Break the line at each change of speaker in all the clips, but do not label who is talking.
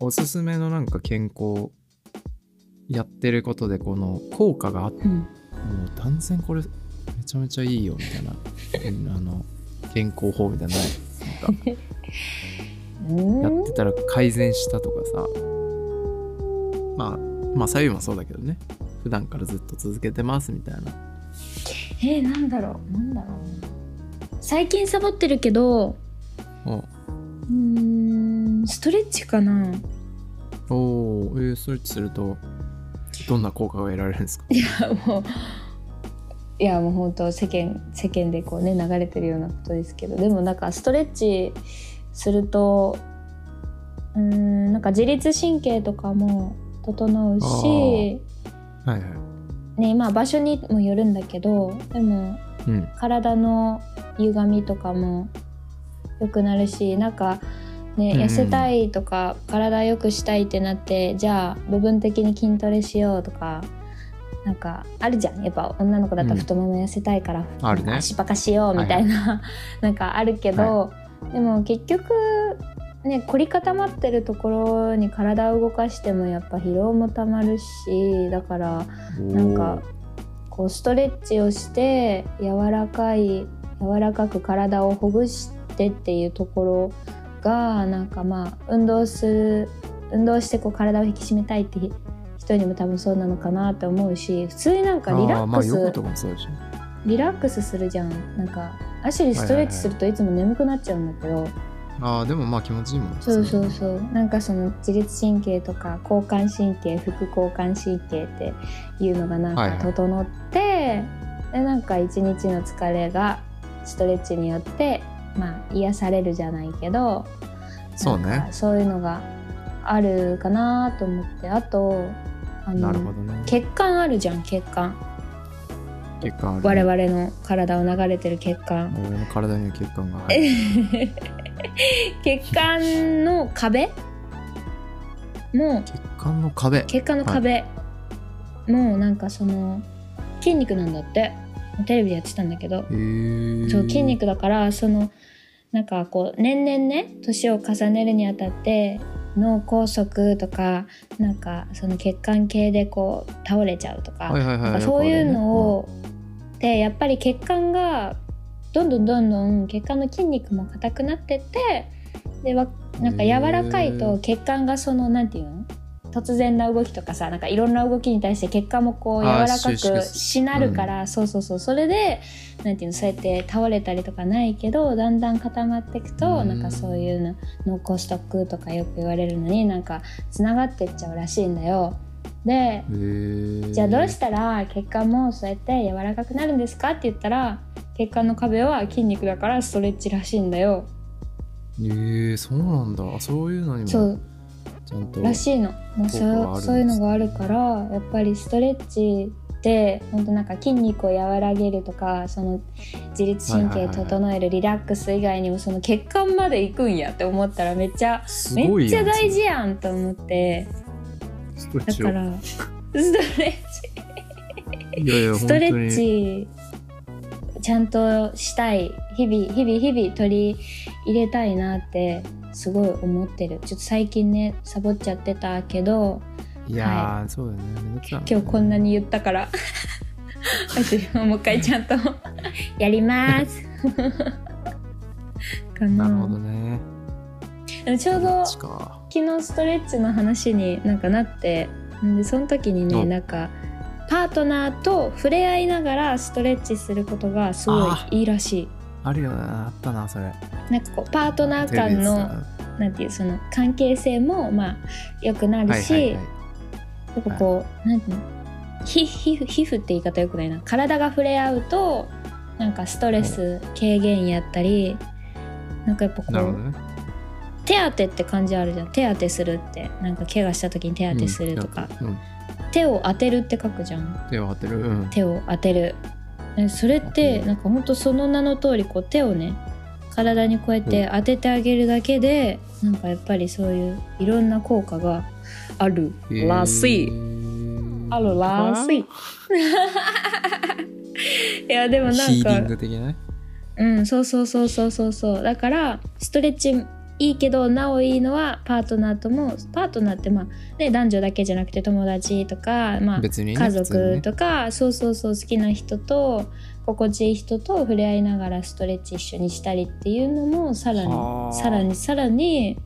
おすすめのなんか健康やってることでこの効果があって
うん
もう断然これめちゃめちゃいいよみたいな、う んあの健康法みたいなのないなんかやってたら改善したとかさまあまあ左右もそうだけどね普段からずっと続けてますみたいな
えー、なんだろうなんだろうな最近サボってるけど
お
うーんストレッチかな
おーえー、ストレッチするとどんな効果が得られるんですか
いや もういやもう本当世間世間でこうね流れてるようなことですけどでもなんかストレッチするとうーんなんか自律神経とかも整う
あ
し
ー、はいはい
ね、まあ場所にもよるんだけどでも
うん
体の歪みとかも良くなるしなんか、ね、
うんうん
痩せたいとか、体良くしたいってなってじゃあ部分的に筋トレしようとかなんかあるじゃんやっぱ女の子だったら
うん
太もも痩せたいから、
あるね
足バカしようみたいな、 なんかあるけど、でも結局ね凝り固まってるところに体を動かしてもやっぱ疲労もたまるしだから。なんかこうストレッチをして柔らかい柔らかく体をほぐしてっていうところがなんかまあ運動する運動してこう体を引き締めたいって人にも多分そうなのかなって思うし普通になんか
おー
リラ
あー
ッ
ま
ク
あ
ス、
ヨガとかもそうでしょ
リラックスするじゃんなんかアシュリーストレッチするといつも眠くなっちゃうんだけど、
ああでもまあ気持ちいいもんね
そうそうそうなんかその自律神経とか交感神経副交感神経っていうのがなん
はいはい
か整って、でなんか一日の疲れがストレッチによってまあ癒されるじゃないけど
そうね
なんかそういうのがあるかなと思ってあとあ
な
の
るほどね
血管あるじゃん血管
血管ある、ね、
我々の体を流れてる血管
我々の体には血管が入る
血管の壁も
血管の壁
血管の壁、もうなんかその筋肉なんだってテレビでやってたんだけど、
へー
そう筋肉だからそのなんかこう年々ね年を重ねるにあたって脳梗塞とかなんかその血管系でこう倒れちゃうとか、
はいはいはい
なんかそういうのを、でやっぱり血管がどんどんどんどん血管の筋肉も硬くなってってでわなんか
へ
柔
ー
らかいと血管がそのなんていうの突然な動きとかさなんかいろんな動きに対して血管もこう柔
あー
らか
収縮
く
す
しなるから、そうそうそうそれでなんていうのそうやって倒れたりとかないけどだんだん固まっていくと、
うん
なんかそういうの脳梗塞とかよく言われるのになんかつながってっちゃうらしいんだよ。で
へー
じゃあどうしたら血管もそうやって柔らかくなるんですかって言ったら血管の壁は筋肉だからストレッチらしいんだよ
へーそうなんだあそういうのにもち
そう
ゃんと
らしいのもうそ
効果があるんで
う
す
そういうのがあるからやっぱりストレッチって本当なんか筋肉を和らげるとかその自律神経整えるリラックス以外にもその血管まで行くんやって思ったらめっちゃ
す
め
ご
っ
い
ち
や
ゃ
ん
大事やんと思って
ストレッ
だ
チ
か
を
らストレッチ
いやいや
ストレ
本
ッ
当に
チちゃんとしたい日々日々日々取り入れたいなってすごい思ってるちょっと最近ねサボっちゃってたけど
いやー、そうだよねめんどくさいもんね
今日こんなに言ったから 私ももう一回ちゃんと やります かな
なるほどね
でもちょうど
ストレッチか
昨日ストレッチの話になんかなってんでその時にね
お
なんかパートナーと触れ合いながらストレッチすることがすご
あ
いいいらしい
あるよなあったなそれ
なんかこうパートナー
テレビ
間
で
の
さ
なんていうその関係性もまあ良くなるし、
はいはいはい
やっぱこう、なんていうの皮皮膚皮膚って言い方良くないな体が触れ合うとなんかストレス軽減やったり、なんかやっぱこ
なるほど
う
ね
手当てって感じあるじゃん手当てするってなんか怪我した時に手当てするとか、、
うん
手を当てるって書くじゃん
手を当てるうん
手を当てるねそれっ
当て
て
る
なんかほんとその名の通りこう手をね体にこうやって当ててあげるだけで、なんかやっぱりそういういろんな効果があるらしい、あるらしい いやでもな
ヒ
ん
ーリン
か
グ的なね
うんそうそうそうそうそうそうだからストレッチいいけどなおいいのはパートナーともパートナーってまあ、ね、男女だけじゃなくて友達とか、まあ、
別にね
家
普通に
族
ね
とか、そうそうそう好きな人と心地いい人と触れ合いながらストレッチ一緒にしたりっていうのもさら
はあ
にさらにさらに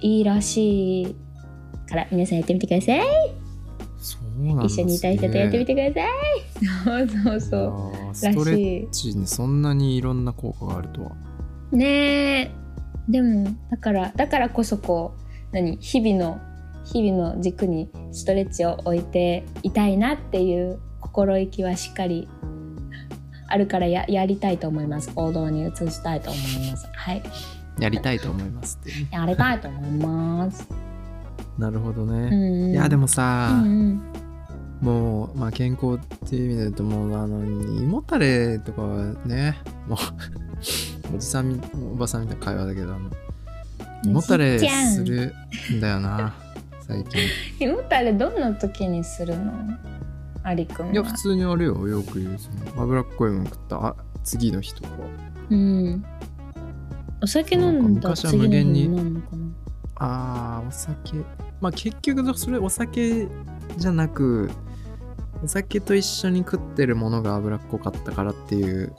いいらしいから皆さんやってみてください、
そうなんだ
一緒にいたい人とやってみてくださいそうそう
すげ
そうら
えあーストレッ
し
チにそんなにいろんな効果があるとはい
ねえでもだからだからこそこう何日々の日々の軸にストレッチを置いていたいなっていう心意気はしっかりあるからややりたいと思います行動に移したいと思いますはい
やりたいと思いますっていうね
やりたいと思います
なるほど
う
ね、
ん
いやで
も
もさ、
うん
もう、まあ、健康っていう意味で言うともうあの胃もたれとかはねもう おじさんみおばさんみたいな会話だけどあの
うん
胃もたれ
じっちゃん
するんだよな最近
胃もたれどんな時にするのアリくんはい
や普通にあるよよく言うその脂っこいもの食ったあ次の日とか
うんお酒飲ん
なんか
だ
昔は
次の
無
日
限に
に飲むのかな
あーお酒まあ結局それお酒じゃなくお酒と一緒に食ってるものが脂っこかったからっていう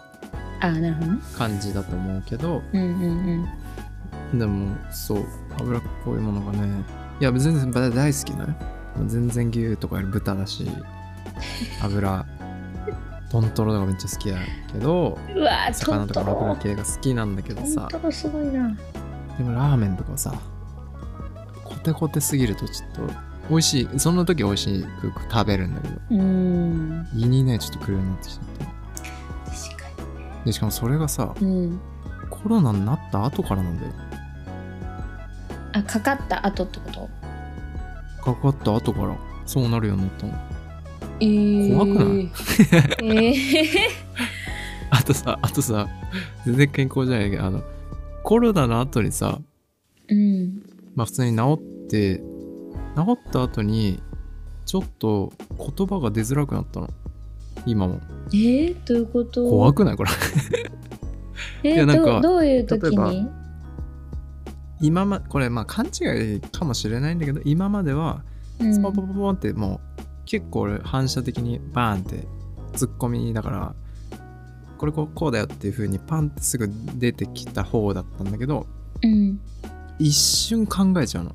あなるほどね
感じだと思うけど
うんうんうん
でもそう脂っこいものがねいや全然大大好きだよ全然牛とかより豚だし 油豚トロとかめっちゃ好きだけど
うわート
魚
ン
とか
ト
の
ロ
油系が好きなんだけど
ト
さ
ントロすごいな
でもラーメンとかさコテコテすぎるとちょっと美味しいその時美味しく食べるんだけど
うーん
胃にねちょっとくるようになってきちゃって
確か
でしかもそれがさ
にうん
コロナになった後からなんだよ
あかかった後ってこと
かかった後からそうなるようになったの
えー、
怖くない
え
あとさ、あとさ、全然健康じゃないけど、あの、コロナの後にさ、
ー、うん
まあ普通に治って、治った後に、ちょっと言葉が出づらくなったの。今も。
えー、どういうこと
怖くないこれ。
えー、
いやなん
ど
か
どういう時
例
に
今ま、これまあ勘違いかもしれないんだけど、今までは、
うん
スパポポポンってもう、結構俺反射的にバーンって、ツッコミだから、これこうこうだよっていう風にパンってすぐ出てきた方だったんだけど、
うん
一瞬考えちゃうの。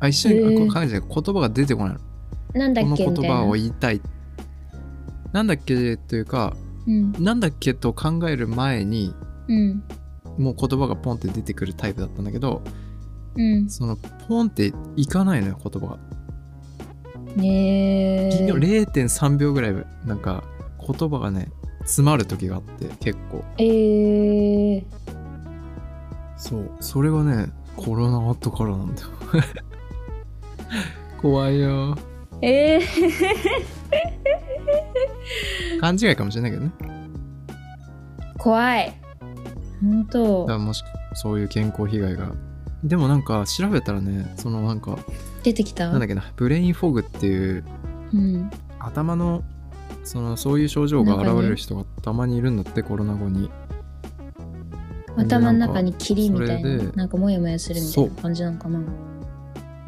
あ一瞬
へー
考えちゃう言葉が出てこないの。
なんだっけ
こ
みた
の
い
言葉
な
を言いたい。なんだっけというか、
うん
なんだっけと考える前に、
うん
もう言葉がポンって出てくるタイプだったんだけど、
う
そのポンっていかないのよ、言葉が。
んえ
微妙
ー、
0.3秒ぐらい、なんか言葉がね、詰まる時があって、結構。
えー、
そう。それがね、コロナ後からなんだよ。 怖いよ。
えー、
勘違いかもしれないけどね。
怖い本当
だからもしそういう健康被害がでもなんか調べたらねそのなんか
出てきた
なんだっけなブレインフォグっていう
うん
頭のそのそういう症状が現れる人がたまにいるんだってコロナ後に
頭の中に霧みたい
それ
な
で
なんかモヤモヤするみたいな感じなのかな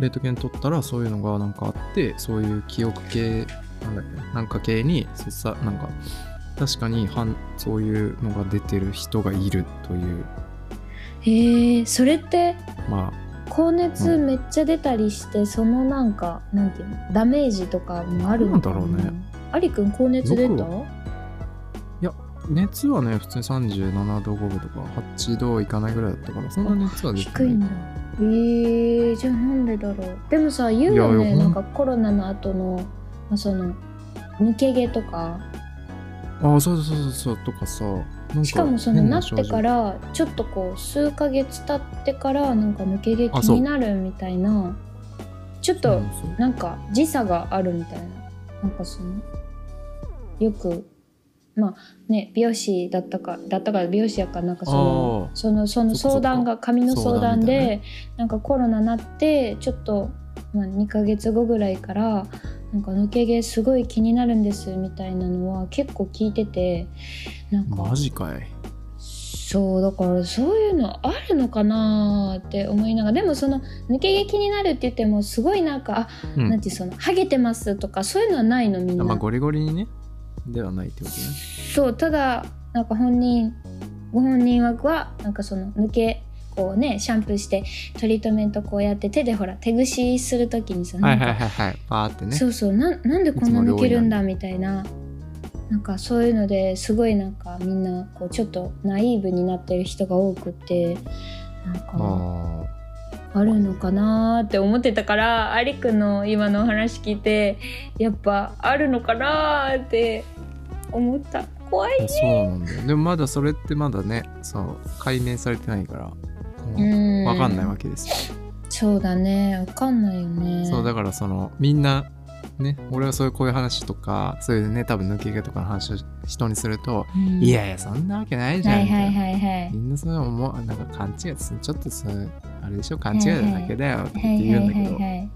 レートン取ったらそういうのがなんかあってそういう記憶系なんだっけななんか系にそさなんか確かに反そういうのが出てる人がいるという
へえそれって
ま
高熱めっちゃ出たりして、そのなんかなんていうのダメージとかもあるのか
どうなんだろう
アリくん高熱出た
僕あ熱はね普通に37度5分とか8度いかないぐらいだったからそんな熱は出て
低
ないい
んだえー、じゃあなんでだろうでもさ言うよ
いや
ね
いや
なん
ほん
かコロナの後の、まあ、その抜け毛とか
ああそうそうそうそうとかさなん
しかもその
変
なっ
症
て
状
からちょっとこう数ヶ月経ってからなんか抜け毛気
あそう
になるみたいなちょっと、
うんそう
なんか時差があるみたいななんかそのよくまあね美容師だったかだったから美容師やからなんかその
あー
そのその
そっか
相
そっか
談が髪の相談
相談みたい
でなんかコロナなってちょっと、まあ、2ヶ月後ぐらいからなんか抜け毛すごい気になるんですみたいなのは結構聞いててなんか
マジかい
そうだからそういうのあるのかなーって思いながらでもその抜け毛気になるって言ってもすごいなんかあ、
うん
なんていうそのハゲてますとかそういうのはないのみんな、
あまあゴリゴリにねではないってことね
そうただなんか本人ご本人枠はなんかその抜けこうねシャンプーしてトリートメントこうやって手でほら手ぐしするときにさ
は
ないんか
はいはいはいパーってね
そうそうなんなんでこんない
つも
抜
料理
けるんだ
な
みたいななんかそういうのですごいなんかみんなこうちょっとナイーブになってる人が多くてなんか
あ
あるのかなーって思ってたからアリくんの今のお話聞いてやっぱあるのかなーって思った怖い
ーそうなんだよでもまだそれってまだねそう解明されてないから
うん
分かんないわけですよ
そうだねわかんないよね
そうだからそのみんなね俺はそういうこういう話とかそういうね多分抜け毛とかの話を人にすると、
うん
いやいやそんなわけないじゃ
は
ん
い
みたい
は
ない
はいはい
みんなそう思うなんか勘違いすちょっとそのあれでしょ勘違いなだけだよって言うんだけど、
はい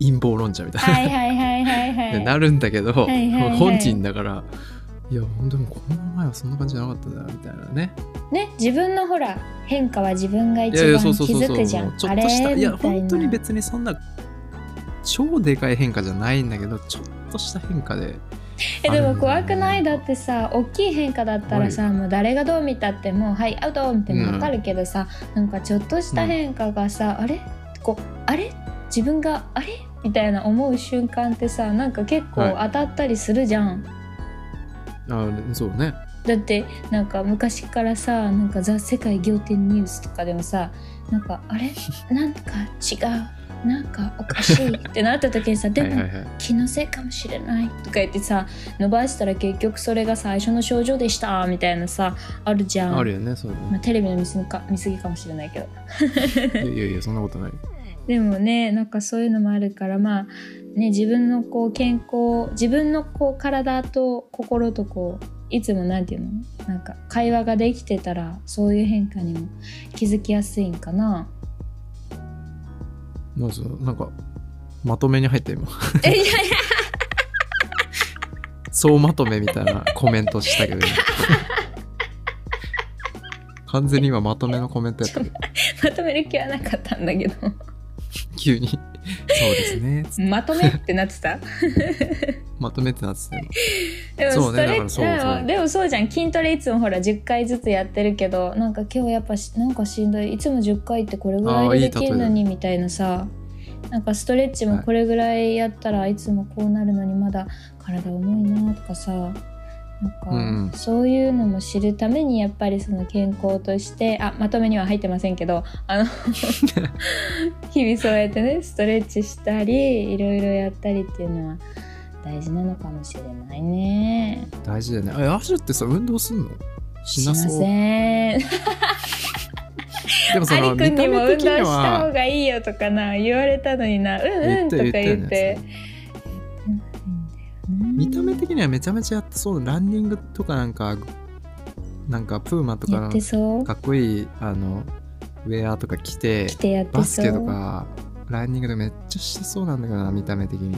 陰謀論者みたいな、
はいはいはいはいはいは
で
い
なるんだけど、
いはいはい
本人だからいやでもこの前はそんな感じじゃなかったんだみたいなね
ね自分のほら変化は自分が一
いやいやそう
番
そう
気
そう
づ
そう
く
ち
じゃ
ょ
ん
っと
あれ
したいや
みたい
本当に
な
別にそんな超でかい変化じゃないんだけどちょっとした変化で
えで
あ
も
る
怖くないだってさ大きい変化だったらさもう誰がどう見たってもうはいアウトみたいな
うん
わかるけどさ、なんかちょっとした変化がさ、あれこうあれ自分があれみたいな思う瞬間ってさなんか結構
は
当たったりするじゃん、
あそうね
だってなんか昔からさなんか「ザ・世界仰天ニュース」とかでもさなんかあ れなんか違うなんかおかしいってなった時にさでも、
はいはいはい
気のせいかもしれないとか言ってさ伸ばしたら結局それが最初の症状でしたみたいなさあるじゃん
あるよねそうだ
まあ、
ね
テレビの見過ぎか見過ぎかもしれないけど
いやいやいやそんなことない
でもねなんかそういうのもあるからまあね自分のこう健康自分のこう体と心とこういつもなんていうのなんか会話ができてたらそういう変化にも気づきやすいんか な
まずなんかまとめに入った今
えいやいや
総まとめみたいなコメントしたけど今完全に今まとめのコメントやったけど
まとめる気はなかったん だけど
急にそうですねつって
まとめってなってた
まとめてなってた今
でも
そう
スト
ね
レ
だから
ッチ、
そ
でも
うそう
でもそうじゃん筋トレいつもほら10回ずつやってるけどなんか今日やっぱしなんかしんどいいつも10回ってこれぐらいでできるのにみたいなさなんかストレッチもこれぐらいやったらいつもこうなるのにまだ体重いなとかさなん
うん
かそういうのも知るためにやっぱりその健康としてあまとめには入ってませんけどあの 日々そうやってねストレッチしたりいろいろやったりっていうのは大事なのかもしれないね。
大事だよねえアシュってさ運動すんのし
し
な
ま
そう
せん。
でもそ
ア
の
リくん
見
に
た
も
目
運動
的
した
に
方
は
がいいよとかな言われたのになうんうんとか言って。
見た目的にはめちゃめちゃやってそうランニングとかなんかなんかプーマとか
や
の
ってそう
かっこいいあのウェアとか着て
来てやってそう
バスケとかランニングでめっちゃしてそうなんだけどな見た目的に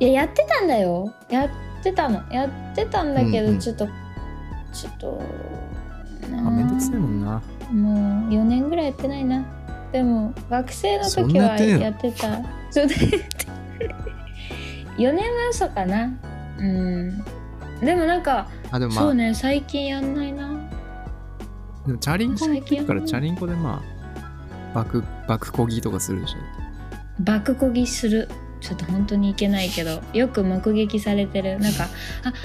いややってたんだよやってたのやってたんだけど、
うんうん
ちょっとちょっと
あ
な
めんどくさいもんな
もう4年ぐらいやってないなでも学生の
そん
時
なや
は
ってんの
やって たそうだ4年は嘘かなうんでもなんか、
あでもま
そう
あ、
ね最近やんないな
でもチャリンコ
最近
だから
やん
チ
な
ャ
い
リンコでまあバクバクこぎとかするでしょ
バクこぎするちょっと本当にいけないけどよく目撃されてるなんか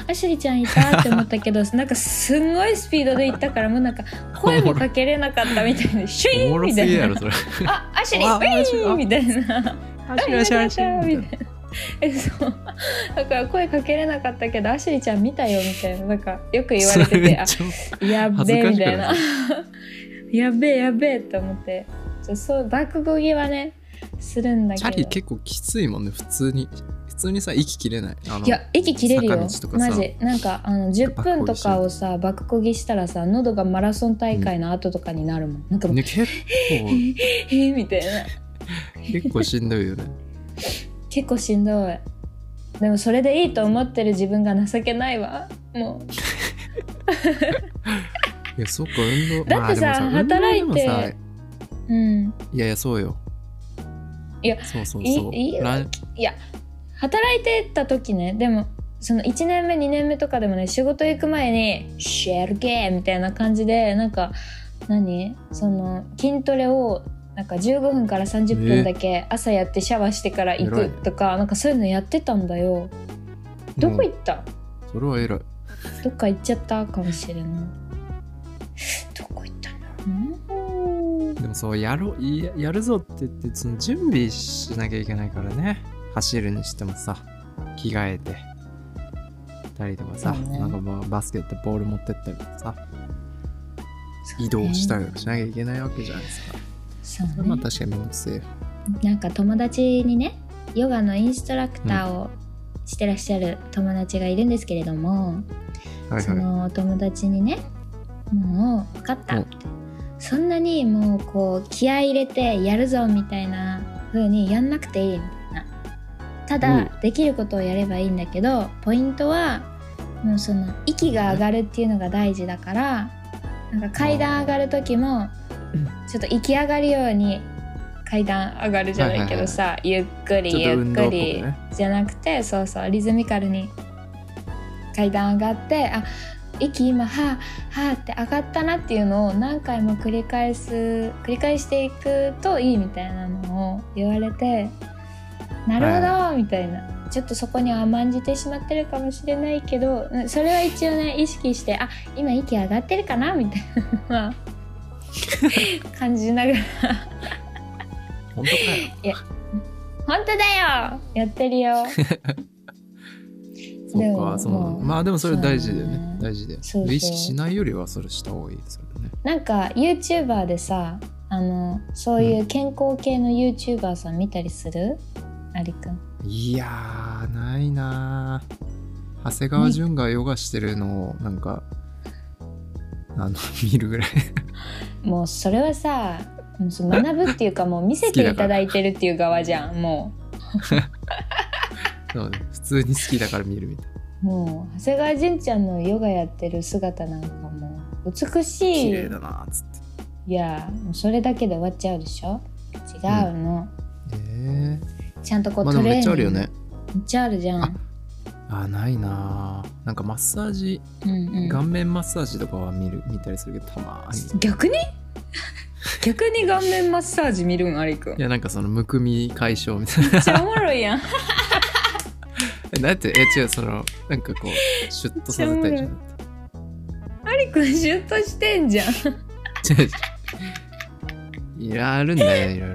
あアシュリちゃんいたって思ったけ どなんかすんごいスピードで行ったからもうなんか声もかけれなかったみたいなシュ イ
お
ー
も
ン
ろ
み
す
た
ぎ
い
やろ
な
それ
あアシュリ
あ
ー
アシュ
ウィー
リあ
ンみたいな
あしらしらしらみたいな
え そうだから声かけれなかったけど「アシュリちゃん見たよ」みたいななんかよく言われ
そ
て
れめ
て
っちゃ
「あやっべえ」
恥
みたい
ずかしくな
な
る
「 やべえやべえ」と思ってちょそうバック語ぎはねするんだけ
チ
ど
ャリ結構きついもんね普通に普通にさ息切れないあの
いや息切れる
坂
よ
道とかさ
マジなんかあの10分とかをさバックこぎしたらさ喉がマラソン大会の後とかになるもん、なんかもう
ね 結構
「えーみたいな
結構しんど いよね
結構しんどいでもそれでいいと思ってる自分が情けないわもう
いやそっか運動
だってさ
まあでも
働いて
運動でもさ
うん
いやいやそうよ
いや
そうそうそう
いいいよ
ラン
いや働いてた時ねでもその1年目2年目とかでもね仕事行く前に「シェルゲー!」みたいな感じでなんか何その筋トレをなんか15分から30分だけ朝やってシャワーしてから行
偉
く
い
とか、なんかそういうのやってたんだよどこ
も
行った、
うそれは偉い
どっか行っちゃったかもしれないどこ行ったんだろうな
でもそうやろういややるぞって言ってその準備しなきゃいけないからね走るにしてもさ着替えてたりとかさ、
そうね
なんかまあバスケットボール持ってったりとかさ移動したりとかしなきゃいけないわけじゃないですか、
そうね
それまあ確かにめんどくせえよ
なんか友達にねヨガのインストラクターをしてらっしゃる友達がいるんですけれども、
はい
そ
はい
のお友達にねもう分かった
うん
ってそんなにもうこう気合い入れてやるぞみたいな風にやんなくていいみたいなただ、
うん
できることをやればいいんだけどポイントはもうその息が上がるっていうのが大事だからなんか階段上がる時も
うん
ちょっと行き上がるように階段上がるじゃないけどさ、ゆっくり
ちょっと
ゆ
運
っ
動っ
く
ぽく
り、
ね
じゃなくてそうそうリズミカルに階段上がってあ息今はあはあって上がったなっていうのを何回も繰り返す繰り返していくといいみたいなのを言われてなるほどみたいな、ちょっとそこに甘んじてしまってるかもしれないけどうんそれは一応ね意識してあ今息上がってるかなみたいなのは感じながら
本当かよ
本当だよやってる よで
そ
も
うかそう
もう
まあでもそれ大事だよね
そうだね
大事だよ
そうそう
意識しないよりはそれした方がいいですよね
なんか YouTuber でさあのそういう健康系の YouTuber さん見たりする、アリくん
いやーないなー長谷川潤がヨガしてるのをなんか、あの見るぐらい
もうそれはさもうその学ぶって いうかもう見せていただいてるっていう側じゃんも
そうね普通に好きだから見るみたいな
うもう長谷川純ちゃんのヨガやってる姿なんかもう美し
綺
い
麗だなーっつって
いやもうそれだけで終わっちゃうでしょ違うの、
え
ちゃんとこ
ー、
う
まあ
ト
でも
レーニング、
めっちゃあるよね
めっちゃあるじゃ
あ
ん
あーないなーなんかマッサージ、
うんうん
顔面マッサージとかは見る見たりするけどたまーに
逆に 逆に顔面マッサージ見るんアリくん
い
めっ
やなんかそのむくみ解消みたいな
ちゃおもろいやん
えだってえ違うそのなんかこうシュッとさせたいじゃん
アリくんシュッとしてんじゃん
違う違ういやあるんだよいろいろ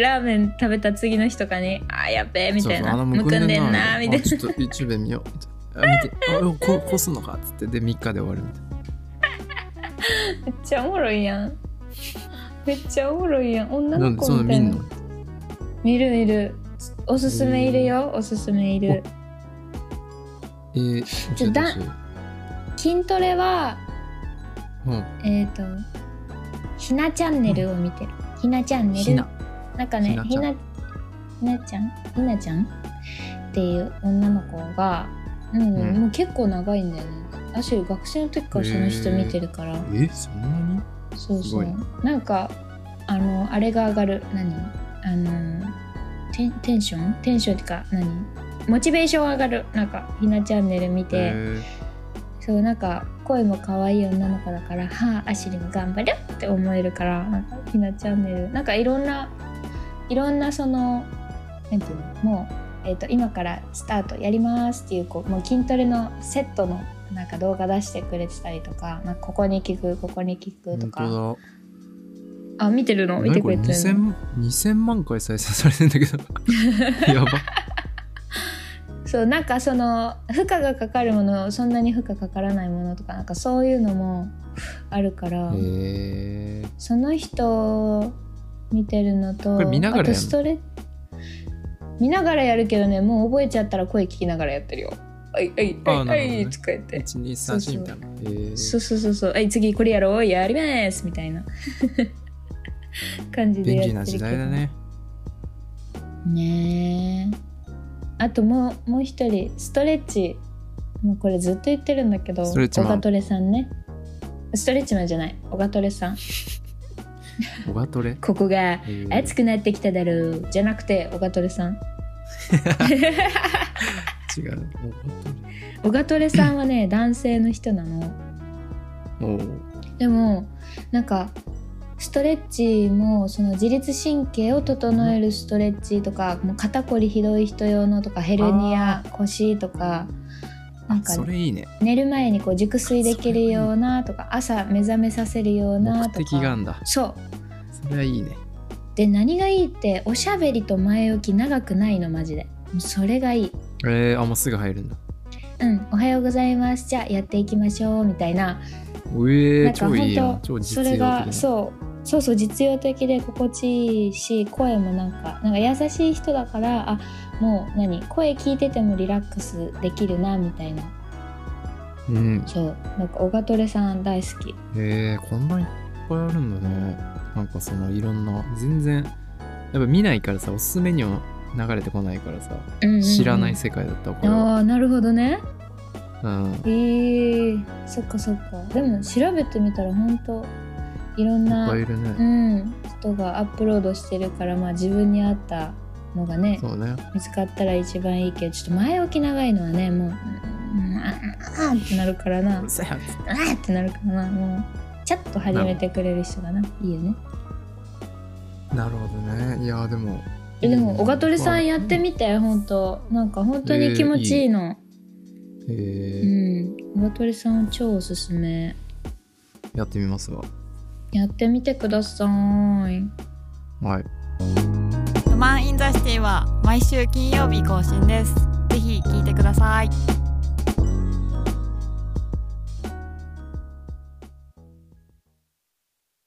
ラーメン食べた次の日とかにあーやっべえみたい
そうそう
な
あの
むくんでんな
あ
みたい
ちょっと YouTube で見ようみたいなあ見てあうんここすのかっつってで3日で終わるみたいな
なめっちゃおもろいやんめっちゃおもろいやん女
な
の
んで
子
そんな
みた
見
い
ん
な
の
見る見るおすすめいるよおすすめいる
えー、
ちょだん筋トレは
うん
えっ、とひなチャンネルを見てるひなチャンネ
ひ
ル
な
なんかね
ひ
ひ
な
なひなちゃんひなちゃんっていう女の子が、うん
うん
もう結構長いんだよねアシュリー学生の時からその人見てるから、
えそんなに
そう
す
そ
ごいう
なんかあのあれが上がる何あのテンテンションテンションってか何モチベーション上がるなんかひなチャンネル見て、
え
そうなんか声も可愛い女の子だから「はあアシュリも頑張る!」って思えるからなんかひなチャンネルなんかいろんないろんなそのなんていうのもう、えー、と今からスタートやりますっていうこうもう筋トレのセットのなんか動画出してくれてたりとかなんかここに聞くここに聞
ー、
くと
本
か
当
あ見てる
だ
の見
何
て
こ
く
れ
れてるの
2000, 2000万回再生されてんだけど やば
そうなんかその負荷がかかるものそんなに負荷かからないものとかなんかそういうのもあるから。
えー、
その人見てるのと
これ見ながらやるの
あとストレ見ながらやるけどねもう覚えちゃったら声聞きながらやってるよ「はいはい
あ
はいは
なるほどね
い」とか言ってそうそう
1234みたいなえー、
そうそうそうそう「はい次これやろうやります」みたいな 感じで
便
やってる
利な
け
時
ど
代だね
ねえあともうもう一人ストレッチもうこれずっと言ってるんだけど
ストレッチマン
オガトレさんねストレッチマンじゃないオガトレさん
オガトレ
ここが
えー
熱くなってきただろうじゃなくてオガトレさ ん
違う。オガト
オガトレさんはね男性の人なの
レおう
でもなんかストレッチもその自律神経を整えるストレッチとかもう肩こりひどい人用のとかヘルニア腰とかなんか
それいいね。
寝る前にこう熟睡できるようなとか朝目覚めさせるようなと
目
か
的があんだ。
そう
それはいいね。
で何がいいっておしゃべりと前置き長くないのマジでもうそれがいい
えー、あ、もうすぐ入るんだ。
うんおはようございますじゃあやっていきましょうみたいな
うえ
な
ー、
んか
超いいや
本
ん。超
当
実
それ
用的だ
が
ね。
そうそうそう実用的で心地いいし声もなんかなんか優しい人だからあもう何声聞いててもリラックスできるなみたいな
うん。
そうなんかオガトレさん大好き
えー、こんなにいっぱいあるんだね。なんかそのいろんな、全然、やっぱ見ないからさ、おすすめにも流れてこないからさ、
うんうんうん
知らない世界だったわ、これは。
ああなるほどね
うん。
えー、そっかそっかでも調べてみたら本当いろん
いっ
な
ぱいいる
う
ね。
ん、人がアップロードしてるから、まあ、自分に合ったのがね
そうね。
見つかったら一番いいけどちょっと前置き長いのはねもううん「あああってなるからな
うるせえ
「ああってなるからなもうちゃっと始めてくれる人がないいよね
なるほどね。いやーでも。
えでもオガトレさんやって
み。
みて本当なんか本当に気持ちいいの、
え
う
ー、
んオガトレさんは超おすすめ
やってみますわ。
やってみてください
はい。
ロマンインザシティは毎週金曜日更新ですぜひ聞いてください